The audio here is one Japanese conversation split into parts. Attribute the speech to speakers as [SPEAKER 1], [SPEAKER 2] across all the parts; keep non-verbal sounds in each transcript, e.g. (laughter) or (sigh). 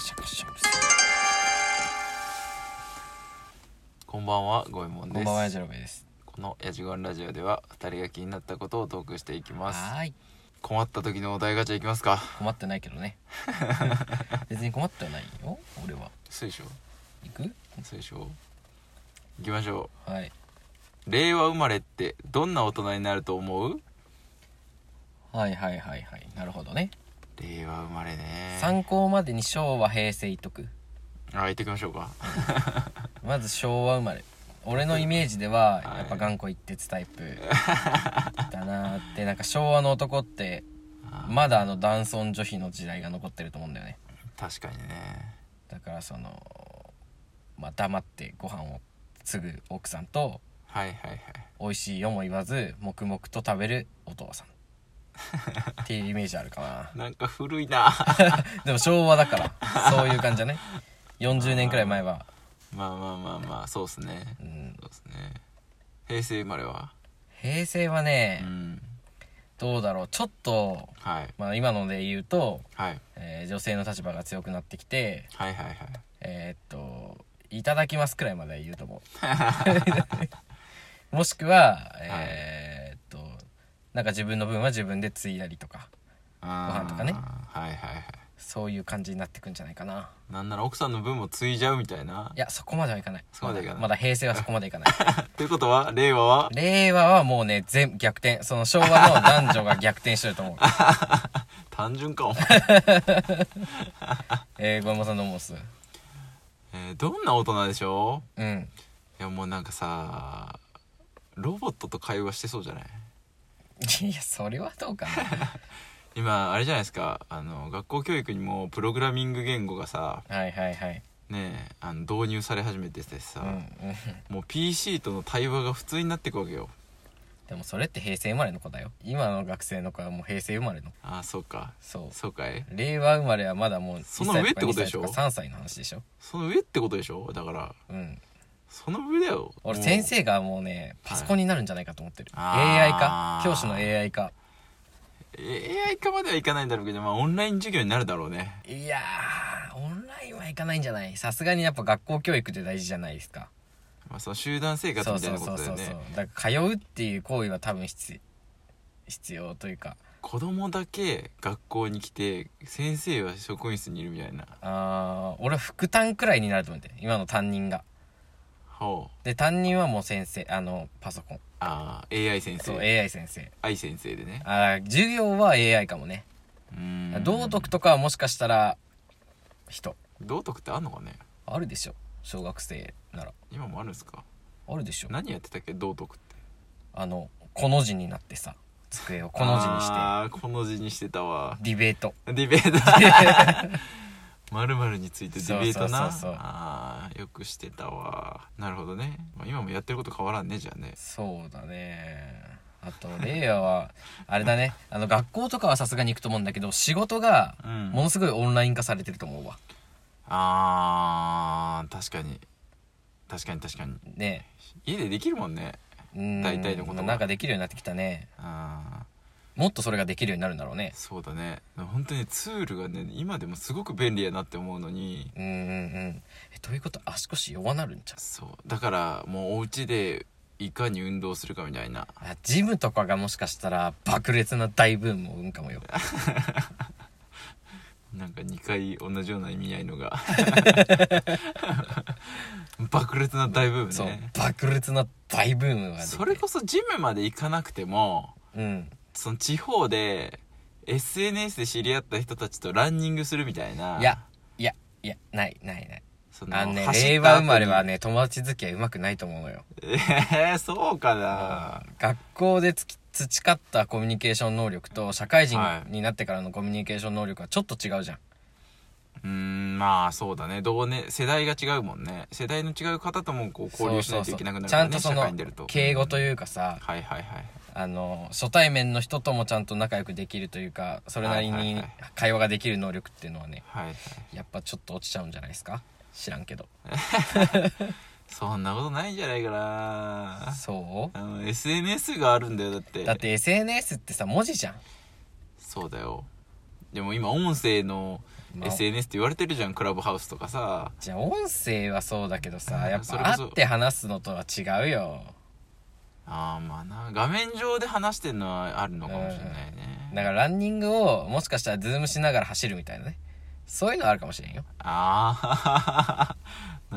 [SPEAKER 1] シャカシャカ
[SPEAKER 2] こんばんは、ゴエモンです。
[SPEAKER 1] こんばんはやじろべえです
[SPEAKER 2] このヤジゴンラジオでは、二人が気になったことをトークしていきます。
[SPEAKER 1] はーい
[SPEAKER 2] 困った時のお題ガチャいきますか。
[SPEAKER 1] 困ってないけどね (laughs) 別に困ってはないよ俺は
[SPEAKER 2] そうでしょ
[SPEAKER 1] 行く
[SPEAKER 2] そうでしょ行きましょ。
[SPEAKER 1] はいう
[SPEAKER 2] 令和生まれって、どんな大人になると思う。
[SPEAKER 1] はいはいはいはいなるほどね、
[SPEAKER 2] 令和生まれね。
[SPEAKER 1] 参考までに昭和平成いっとく
[SPEAKER 2] あ、行ってきましょうか。 (laughs)
[SPEAKER 1] まず昭和生まれ俺のイメージでは
[SPEAKER 2] はい
[SPEAKER 1] やっぱ頑固一徹タイプ (laughs) だなーってなんか昭和の男って
[SPEAKER 2] あ
[SPEAKER 1] まだあの男尊女卑の時代が残ってると思うんだよね
[SPEAKER 2] 確かにね。
[SPEAKER 1] だからそのまあ黙ってご飯を継ぐ奥さんと
[SPEAKER 2] はいはいはい。
[SPEAKER 1] 美味しいよも言わず黙々と食べるお父さんっていうイメージあるかな
[SPEAKER 2] なんか古い
[SPEAKER 1] (laughs)
[SPEAKER 2] な。
[SPEAKER 1] でも昭和だからそういう感じだね40年くらい前は、
[SPEAKER 2] まあまあまあまあ、そうですね。
[SPEAKER 1] うん、
[SPEAKER 2] そうですね。平成生まれは。
[SPEAKER 1] 平成はね、
[SPEAKER 2] うん。
[SPEAKER 1] どうだろうちょっと、
[SPEAKER 2] はい。
[SPEAKER 1] まあ、今ので言うと、
[SPEAKER 2] はい。
[SPEAKER 1] えー女性の立場が強くなってきて
[SPEAKER 2] はいはいはい。
[SPEAKER 1] えーっと「いただきます」くらいまでは言うと思う (laughs) もしくはえーっとなんか自分の分は自分でついだりとか
[SPEAKER 2] ご
[SPEAKER 1] 飯とかね
[SPEAKER 2] はいはいはい。
[SPEAKER 1] そういう感じになってくんじゃないかな
[SPEAKER 2] なんなら奥さんの分も継いじゃうみたいな。
[SPEAKER 1] いやそこまではいかない
[SPEAKER 2] そこまではいかない
[SPEAKER 1] まだ平成はそこまでいかない (laughs)
[SPEAKER 2] ということは、令和は
[SPEAKER 1] 令和はもうね全逆転その昭和の男女が逆転してると思う
[SPEAKER 2] 単純か、お前。
[SPEAKER 1] えー、ごめんさんどう思うっす
[SPEAKER 2] えーどんな大人でしょう
[SPEAKER 1] うん (laughs)
[SPEAKER 2] いやもうなんかさ、ロボットと会話してそうじゃない
[SPEAKER 1] いやそれはどうか
[SPEAKER 2] 今、あれじゃないですか。あの、学校教育にもプログラミング言語がさ、 (laughs)
[SPEAKER 1] なはいはいはい
[SPEAKER 2] ねえ、あの導入され始めてて
[SPEAKER 1] う
[SPEAKER 2] さ、
[SPEAKER 1] んうん
[SPEAKER 2] もう PC との対話が普通になってくわけよ。
[SPEAKER 1] でもそれって平成生まれの子だよ今の学生の子はもう平成生まれの
[SPEAKER 2] ああ、そうか。
[SPEAKER 1] そう
[SPEAKER 2] そうかい
[SPEAKER 1] 令和生まれはまだもう
[SPEAKER 2] その上ってことでしょ
[SPEAKER 1] 3歳の話でしょ
[SPEAKER 2] その上ってことでしょだから、
[SPEAKER 1] うん
[SPEAKER 2] その上だよ。
[SPEAKER 1] 俺
[SPEAKER 2] もう
[SPEAKER 1] 先生がもうねパソコンになるんじゃないかと思ってる、
[SPEAKER 2] はい
[SPEAKER 1] AI
[SPEAKER 2] あ
[SPEAKER 1] 化
[SPEAKER 2] ー
[SPEAKER 1] 教師の AI 化
[SPEAKER 2] AI 化まではいかないんだろうけど、まあ、オンライン授業になるだろうね
[SPEAKER 1] いやーオンラインはいかないんじゃないさすがにやっぱ学校教育って大事じゃないですか
[SPEAKER 2] まあその集団生活
[SPEAKER 1] そう
[SPEAKER 2] みたい
[SPEAKER 1] そう
[SPEAKER 2] なこ
[SPEAKER 1] そ
[SPEAKER 2] と
[SPEAKER 1] うそ
[SPEAKER 2] だよ
[SPEAKER 1] うそう
[SPEAKER 2] ね
[SPEAKER 1] だから通うっていう行為は多分必要必要というか
[SPEAKER 2] 子供だけ学校に来て先生は職員室にいるみたいな
[SPEAKER 1] あー俺は副担くらいになると思って今の担任が
[SPEAKER 2] ほう
[SPEAKER 1] で担任はもう先生あのパソコン
[SPEAKER 2] ああ AI 先
[SPEAKER 1] そう
[SPEAKER 2] 生
[SPEAKER 1] AI 先生
[SPEAKER 2] AI 先生でね
[SPEAKER 1] あー授業は AI かもね
[SPEAKER 2] うーん
[SPEAKER 1] 道徳とかはもしかしたら人
[SPEAKER 2] 道徳ってあんのかね
[SPEAKER 1] あるでしょ小学生なら
[SPEAKER 2] 今もあるんですか
[SPEAKER 1] あるでしょ
[SPEAKER 2] 何やってたっけ道徳って
[SPEAKER 1] あのこの字になってさ机をこの字にして
[SPEAKER 2] ああこの字にしてたわ
[SPEAKER 1] ディベート
[SPEAKER 2] ディベー
[SPEAKER 1] (laughs)
[SPEAKER 2] ト〇〇についてディベートな
[SPEAKER 1] そうそうそうそう
[SPEAKER 2] ああよくしてたわなるほどね、まあ、今もやってること変わらんねじゃあね
[SPEAKER 1] そうだねあと令和はあれだねあの学校とかはさすがに行くと思うんだけど仕事が
[SPEAKER 2] うん
[SPEAKER 1] ものすごいオンライン化されてると思うわ
[SPEAKER 2] あー確かに確かに確かに
[SPEAKER 1] ね
[SPEAKER 2] 家でできるもんね
[SPEAKER 1] うーん
[SPEAKER 2] 大体のことは
[SPEAKER 1] なんかできるようになってきたね
[SPEAKER 2] あ
[SPEAKER 1] もっとそれができるようになるんだろうね
[SPEAKER 2] ーそうだね本当にツールがね今でもすごく便利やなって思うのに
[SPEAKER 1] うんうんうんえということは足腰弱なるんじゃん
[SPEAKER 2] そうだからもうお家でいかに運動するかみたいな
[SPEAKER 1] あジムとかがもしかしたら爆裂な大ブームを生むかもよ
[SPEAKER 2] なんか2回同じような意味合いのが (laughs) 爆裂な大ブームね
[SPEAKER 1] そ
[SPEAKER 2] そう
[SPEAKER 1] 爆裂な大ブームが出て
[SPEAKER 2] れこそジムまで行かなくても
[SPEAKER 1] うん
[SPEAKER 2] その地方で SNS で知り合った人たちとランニングするみたいない
[SPEAKER 1] やいやいやないないない
[SPEAKER 2] そ
[SPEAKER 1] あのね
[SPEAKER 2] 走った
[SPEAKER 1] 令和
[SPEAKER 2] 後
[SPEAKER 1] 生
[SPEAKER 2] に
[SPEAKER 1] まれはね友達付き合いうまくないと思うのよ
[SPEAKER 2] えー、そうかな
[SPEAKER 1] 学校でつき培ったコミュニケーション能力と社会人
[SPEAKER 2] はい
[SPEAKER 1] になってからのコミュニケーション能力はちょっと違うじゃん、
[SPEAKER 2] うーんまあそうだね同ね世代が違うもんね世代の違う方ともこう交流しないといけなくなる
[SPEAKER 1] ち
[SPEAKER 2] か
[SPEAKER 1] ゃ
[SPEAKER 2] ら
[SPEAKER 1] ん
[SPEAKER 2] ね
[SPEAKER 1] とそ
[SPEAKER 2] 社
[SPEAKER 1] の
[SPEAKER 2] 会に出ると
[SPEAKER 1] 敬語と
[SPEAKER 2] うん
[SPEAKER 1] いうかさ、
[SPEAKER 2] はいはいはい
[SPEAKER 1] あの初対面の人ともちゃんと仲良くできるというかそれなり
[SPEAKER 2] はいは
[SPEAKER 1] に
[SPEAKER 2] いはい
[SPEAKER 1] 会話ができる能力っていうのはね
[SPEAKER 2] はいはい
[SPEAKER 1] やっぱちょっと落ちちゃうんじゃないですか知らんけど
[SPEAKER 2] そんなことないんじゃないかな
[SPEAKER 1] そう
[SPEAKER 2] あの SNS があるんだよだって
[SPEAKER 1] だって SNS ってさ文字じゃん
[SPEAKER 2] そうだよでも今音声の
[SPEAKER 1] まあ
[SPEAKER 2] SNS って言われてるじゃんクラブハウスとかさ
[SPEAKER 1] じゃあ音声はそうだけどさ
[SPEAKER 2] うん
[SPEAKER 1] やっ
[SPEAKER 2] それ
[SPEAKER 1] ぱ
[SPEAKER 2] こそ
[SPEAKER 1] 会って話すのとは違うよ
[SPEAKER 2] あーまあな画面上で話してんのはあるのかもしれないね、
[SPEAKER 1] だからランニングをもしかしたらズームしながら走るみたいなねそういうのあるかもしれんよ
[SPEAKER 2] あ あ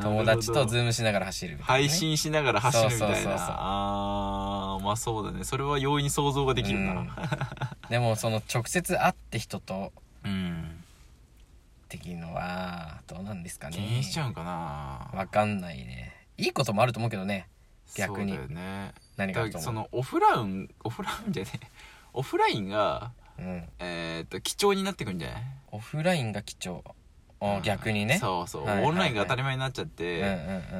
[SPEAKER 1] (laughs) 友達とズ
[SPEAKER 2] ム
[SPEAKER 1] ームしながら走るみたいな、ね、
[SPEAKER 2] 配信しながら走るみたいな
[SPEAKER 1] そうそうそうそう
[SPEAKER 2] あーまあそうだねそれは容易に想像ができるな
[SPEAKER 1] でもその直接会って人と
[SPEAKER 2] うん、
[SPEAKER 1] っていうのはどうなんですかね
[SPEAKER 2] 敬遠しちゃうんかな
[SPEAKER 1] わかんないねいいこともあると思うけどね逆に
[SPEAKER 2] そうだよね
[SPEAKER 1] 何
[SPEAKER 2] だ
[SPEAKER 1] かあると
[SPEAKER 2] か
[SPEAKER 1] 思
[SPEAKER 2] らそうのオフラウンオフラウンじゃねえ (laughs) オフラインが
[SPEAKER 1] うん、
[SPEAKER 2] えーっと貴重になってくんじゃない
[SPEAKER 1] オフラインが貴重
[SPEAKER 2] う
[SPEAKER 1] あ
[SPEAKER 2] ん
[SPEAKER 1] 逆にね
[SPEAKER 2] そうそう、
[SPEAKER 1] はいはいはい
[SPEAKER 2] オンラインが当たり前になっちゃって、
[SPEAKER 1] うんう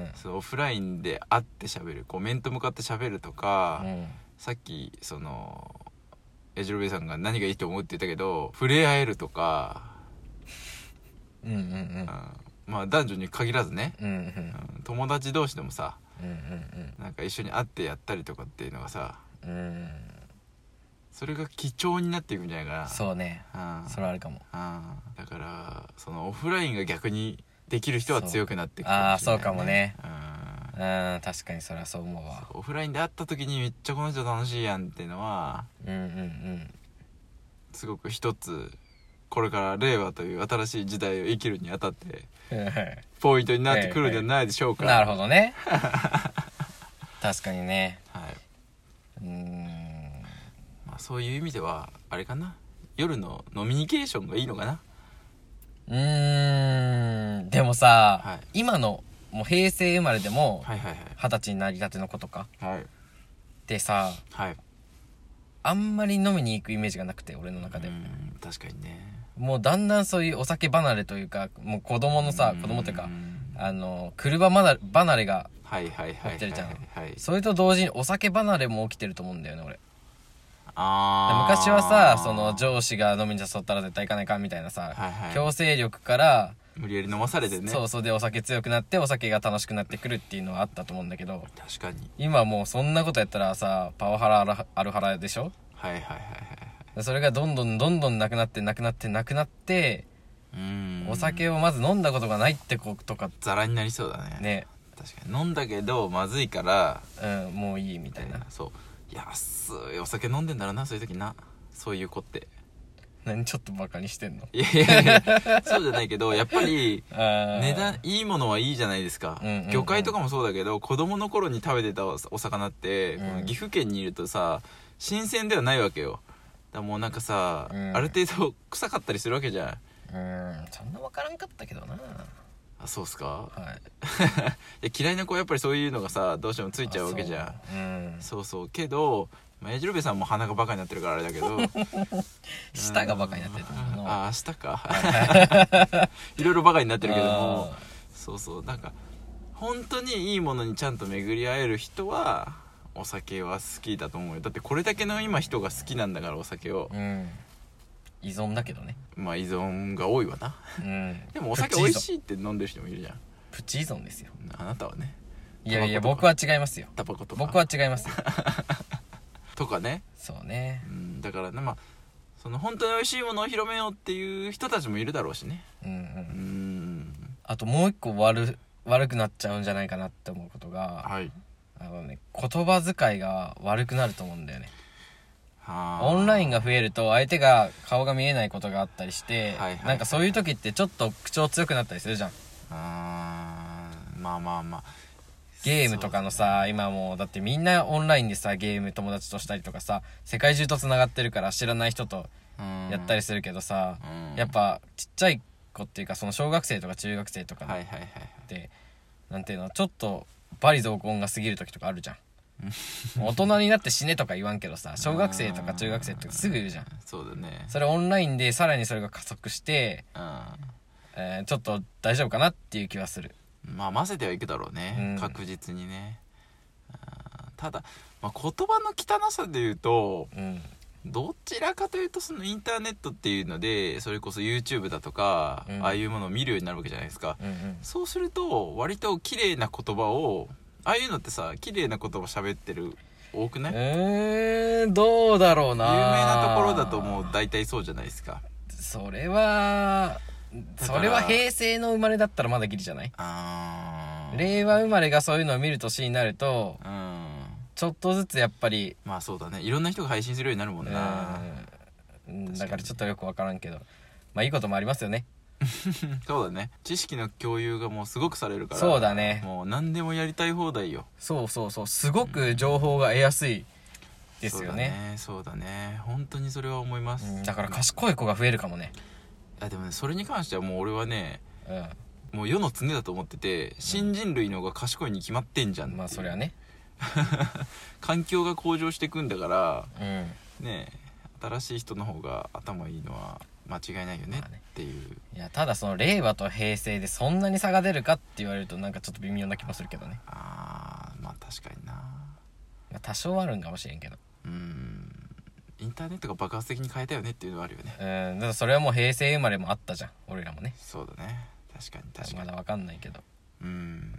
[SPEAKER 1] ん
[SPEAKER 2] そうオフラインで会って喋るこう面と向かって喋るとか、
[SPEAKER 1] うんうん
[SPEAKER 2] さっきそのエジロベイさんが何がいいと思うって言ったけど触れ合えるとか、
[SPEAKER 1] うんうん
[SPEAKER 2] うんまあ男女に限らずね、
[SPEAKER 1] うんうんうん
[SPEAKER 2] うん友達同士でもさ
[SPEAKER 1] うん
[SPEAKER 2] なんか一緒に会ってやったりとかっていうのがさ
[SPEAKER 1] うんうん
[SPEAKER 2] それが貴重になっていくんじゃないかな
[SPEAKER 1] そうね
[SPEAKER 2] うん
[SPEAKER 1] それはあるかも
[SPEAKER 2] ああだからそのオフラインが逆にできる人は強くなってくる
[SPEAKER 1] そうあーそうかもね
[SPEAKER 2] うん
[SPEAKER 1] うん確かにそれはそう思うわ
[SPEAKER 2] オフラインで会った時にめっちゃこの人楽しいやんっていうのは
[SPEAKER 1] うんうんうん
[SPEAKER 2] すごく一つこれから令和という新しい時代を生きるにあたってポイントになってくるんじゃないでしょうか、
[SPEAKER 1] なるほど
[SPEAKER 2] (laughs)
[SPEAKER 1] ね確かにね
[SPEAKER 2] はい
[SPEAKER 1] うん
[SPEAKER 2] まあ、そういう意味ではあれかな夜の飲みニケーションがいいのかな
[SPEAKER 1] うーんでもさ、
[SPEAKER 2] はい
[SPEAKER 1] 今のもう平成生まれでも
[SPEAKER 2] はいはい
[SPEAKER 1] 二十歳になりたての子とか
[SPEAKER 2] はいはい
[SPEAKER 1] ってさ
[SPEAKER 2] はい
[SPEAKER 1] あんまり飲みに行くイメージがなくて俺の中で、
[SPEAKER 2] うん確かにね
[SPEAKER 1] もうだんだんそういうお酒離れというかもう子供のさ
[SPEAKER 2] うん
[SPEAKER 1] 子供というかあの車離れ離れが
[SPEAKER 2] はいはいはい
[SPEAKER 1] 起き
[SPEAKER 2] は
[SPEAKER 1] て
[SPEAKER 2] い
[SPEAKER 1] るじゃん
[SPEAKER 2] はい
[SPEAKER 1] それと同時にお酒離れも起きてると思うんだよね俺で
[SPEAKER 2] あー
[SPEAKER 1] 昔はさその上司が飲みに誘ったら絶対行かないかんみたいなさ、
[SPEAKER 2] はいはい
[SPEAKER 1] 強制力から、
[SPEAKER 2] 無理やり飲まされてね
[SPEAKER 1] そうそうでお酒強くなってお酒が楽しくなってくるっていうのはあったと思うんだけど
[SPEAKER 2] 確かに
[SPEAKER 1] 今もうそんなことやったらさパワハラアルハアルハラでしょ
[SPEAKER 2] はいはいはいはい
[SPEAKER 1] それがどんどんどんどんなくなってなくなってなくなって
[SPEAKER 2] うん
[SPEAKER 1] お酒をまず飲んだことがないってことか
[SPEAKER 2] ザラになりそうだね
[SPEAKER 1] ね
[SPEAKER 2] 確かに飲んだけどまずいから
[SPEAKER 1] うんもういいみたいな
[SPEAKER 2] そう安いお酒飲んでんだろうなそういう時なそういう子って
[SPEAKER 1] 何ちょっとバカにしてんの
[SPEAKER 2] いやいやいや (laughs) そうじゃないけどやっぱり
[SPEAKER 1] あー
[SPEAKER 2] 値段いいものはいいじゃないですか、
[SPEAKER 1] うんうんうん
[SPEAKER 2] 魚介とかもそうだけど子供の頃に食べてたおお魚って、
[SPEAKER 1] うん
[SPEAKER 2] この岐阜県にいるとさ新鮮ではないわけよだからもうなんかさ、
[SPEAKER 1] うん
[SPEAKER 2] ある程度臭かったりするわけじゃん
[SPEAKER 1] うんそんな分からんかったけどな
[SPEAKER 2] あそうっすか
[SPEAKER 1] はい
[SPEAKER 2] いや嫌いな子はやっぱりそういうのがさどうしてもついちゃうわけじゃん
[SPEAKER 1] あそううん
[SPEAKER 2] そうそうけど、まあ、やじろべえさんも鼻がバカになってるからあ
[SPEAKER 1] (laughs)
[SPEAKER 2] れだけど
[SPEAKER 1] 舌がバカになってると思うな
[SPEAKER 2] ああ舌か (laughs) いろいろバカになってるけども
[SPEAKER 1] あ
[SPEAKER 2] そうそうなんか本当にいいものにちゃんと巡り合える人はお酒は好きだと思うよだってこれだけの今人が好きなんだからお酒を
[SPEAKER 1] ーうん依存だけどね
[SPEAKER 2] まあ依存が多いわな
[SPEAKER 1] うん
[SPEAKER 2] でもお酒
[SPEAKER 1] プチ依
[SPEAKER 2] 美
[SPEAKER 1] 存
[SPEAKER 2] 味しいって飲んでる人もいるじゃん
[SPEAKER 1] プチ依存ですよ
[SPEAKER 2] あなたはね
[SPEAKER 1] いやいや
[SPEAKER 2] タバコ
[SPEAKER 1] 僕は違いますよ
[SPEAKER 2] タバコとか
[SPEAKER 1] 僕は違い
[SPEAKER 2] (laughs)
[SPEAKER 1] ますよ
[SPEAKER 2] とかね
[SPEAKER 1] そうね
[SPEAKER 2] うんだからねまあその本当に美味しいものを広めようっていう人たちもいるだろうしね
[SPEAKER 1] うんう
[SPEAKER 2] うんん
[SPEAKER 1] あともう一個悪悪くなっちゃうんじゃないかなって思うことが
[SPEAKER 2] はい
[SPEAKER 1] あのね言葉遣いが悪くなると思うんだよね
[SPEAKER 2] はあ
[SPEAKER 1] オンラインが増えると相手が顔が見えないことがあったりして
[SPEAKER 2] はいはいはい
[SPEAKER 1] なんかそういう時ってちょっと口調強くなったりするじゃん
[SPEAKER 2] あーまあまあまあ
[SPEAKER 1] ゲームとかのさ今もうだってみんなオンラインでさゲーム友達としたりとかさ世界中とつながってるから知らない人とやったり
[SPEAKER 2] す
[SPEAKER 1] するけどさ
[SPEAKER 2] る、うん
[SPEAKER 1] やっぱちっちゃい子っていうかその小学生とか中学生とか
[SPEAKER 2] は
[SPEAKER 1] っ
[SPEAKER 2] いはいはい
[SPEAKER 1] て、なんていうのちょっとバリ雑言が過ぎる時とかある (laughs) じゃん大人になって死ねとか言わんけどさ小学生とか中学生とかすぐ言うじゃん
[SPEAKER 2] そうだね
[SPEAKER 1] それオンラインでさらにそれが加速して、
[SPEAKER 2] う
[SPEAKER 1] えーちょっと大丈夫かなっていう気はする
[SPEAKER 2] んまあ混ぜてはいくだろうね、
[SPEAKER 1] うん
[SPEAKER 2] 確実にねあーただ、まあ、言葉の汚さで言うと
[SPEAKER 1] うん
[SPEAKER 2] どちらかというとそのインターネットっていうのでそれこそ YouTube だとか、
[SPEAKER 1] うん
[SPEAKER 2] ああいうものを見るようになるわけじゃないですか
[SPEAKER 1] うんうん
[SPEAKER 2] そうすると割と綺麗な言葉をああいうのってさ綺麗な言葉喋ってる多くない有
[SPEAKER 1] えー、どうだろうな
[SPEAKER 2] 名なところだともう大体そうじゃないですか
[SPEAKER 1] それは
[SPEAKER 2] だから
[SPEAKER 1] それは平成の生まれだったらまだギリじゃない
[SPEAKER 2] あー
[SPEAKER 1] 令和生まれがそういうのを見る年になると
[SPEAKER 2] うん
[SPEAKER 1] ちょっとずつやっぱり
[SPEAKER 2] まあそうだねいろんな人が配信するようになるもんな
[SPEAKER 1] うんだからちょっとよく分からんけどまあいいこともありますよね
[SPEAKER 2] そうだね知識の共有がもうすごくされるから
[SPEAKER 1] そうだね
[SPEAKER 2] もう何でもやりたい放題よ
[SPEAKER 1] そうそうそうすごく情報が得やすいですよね
[SPEAKER 2] そうだねそうだね本当にそれは思います、
[SPEAKER 1] うんだから賢い子が増えるかもね
[SPEAKER 2] あでもねそれに関してはもう俺はね
[SPEAKER 1] う
[SPEAKER 2] もう世の常だと思ってて新人類の方が賢いに決まってんじゃんってい
[SPEAKER 1] ん
[SPEAKER 2] う
[SPEAKER 1] まあそれはね
[SPEAKER 2] 環境が向上していくんだから
[SPEAKER 1] うん
[SPEAKER 2] ねえ新しい人の方が頭いいのは間違いないよね
[SPEAKER 1] まあね
[SPEAKER 2] っていう、
[SPEAKER 1] いやただその令和と平成でそんなに差が出るかって言われるとなんかちょっと微妙な気もするけどね、
[SPEAKER 2] あーまあ確かにな
[SPEAKER 1] まあ、多少はあるんかもしれんけど
[SPEAKER 2] うんインターネットが爆発的に変えたよねっていうのはあるよね
[SPEAKER 1] うんでもそれはもう平成生まれもあったじゃん俺らもね
[SPEAKER 2] そうだね確かに確か
[SPEAKER 1] ま
[SPEAKER 2] に
[SPEAKER 1] だわかんないけど
[SPEAKER 2] うん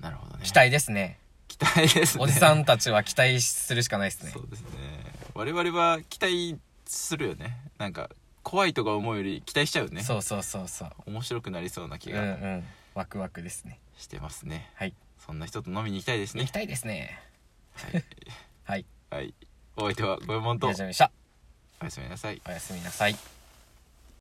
[SPEAKER 2] なるほどね
[SPEAKER 1] 期待ですね
[SPEAKER 2] 期待ですね
[SPEAKER 1] おじさんたちは期待するしかないですね
[SPEAKER 2] そうですね我々は期待するよねなんか怖いとか思うより期待しちゃうね
[SPEAKER 1] そうそうそうそう
[SPEAKER 2] 面白くなりそうな気
[SPEAKER 1] うんう
[SPEAKER 2] が
[SPEAKER 1] んワクワクですね
[SPEAKER 2] してますね、
[SPEAKER 1] はい
[SPEAKER 2] そんな人と飲みに行きたいです
[SPEAKER 1] 行
[SPEAKER 2] ね
[SPEAKER 1] きたいですね
[SPEAKER 2] はい、
[SPEAKER 1] はい
[SPEAKER 2] はい、お相手はごえもんと
[SPEAKER 1] 以上でした
[SPEAKER 2] おやすみなさい
[SPEAKER 1] おやすみなさい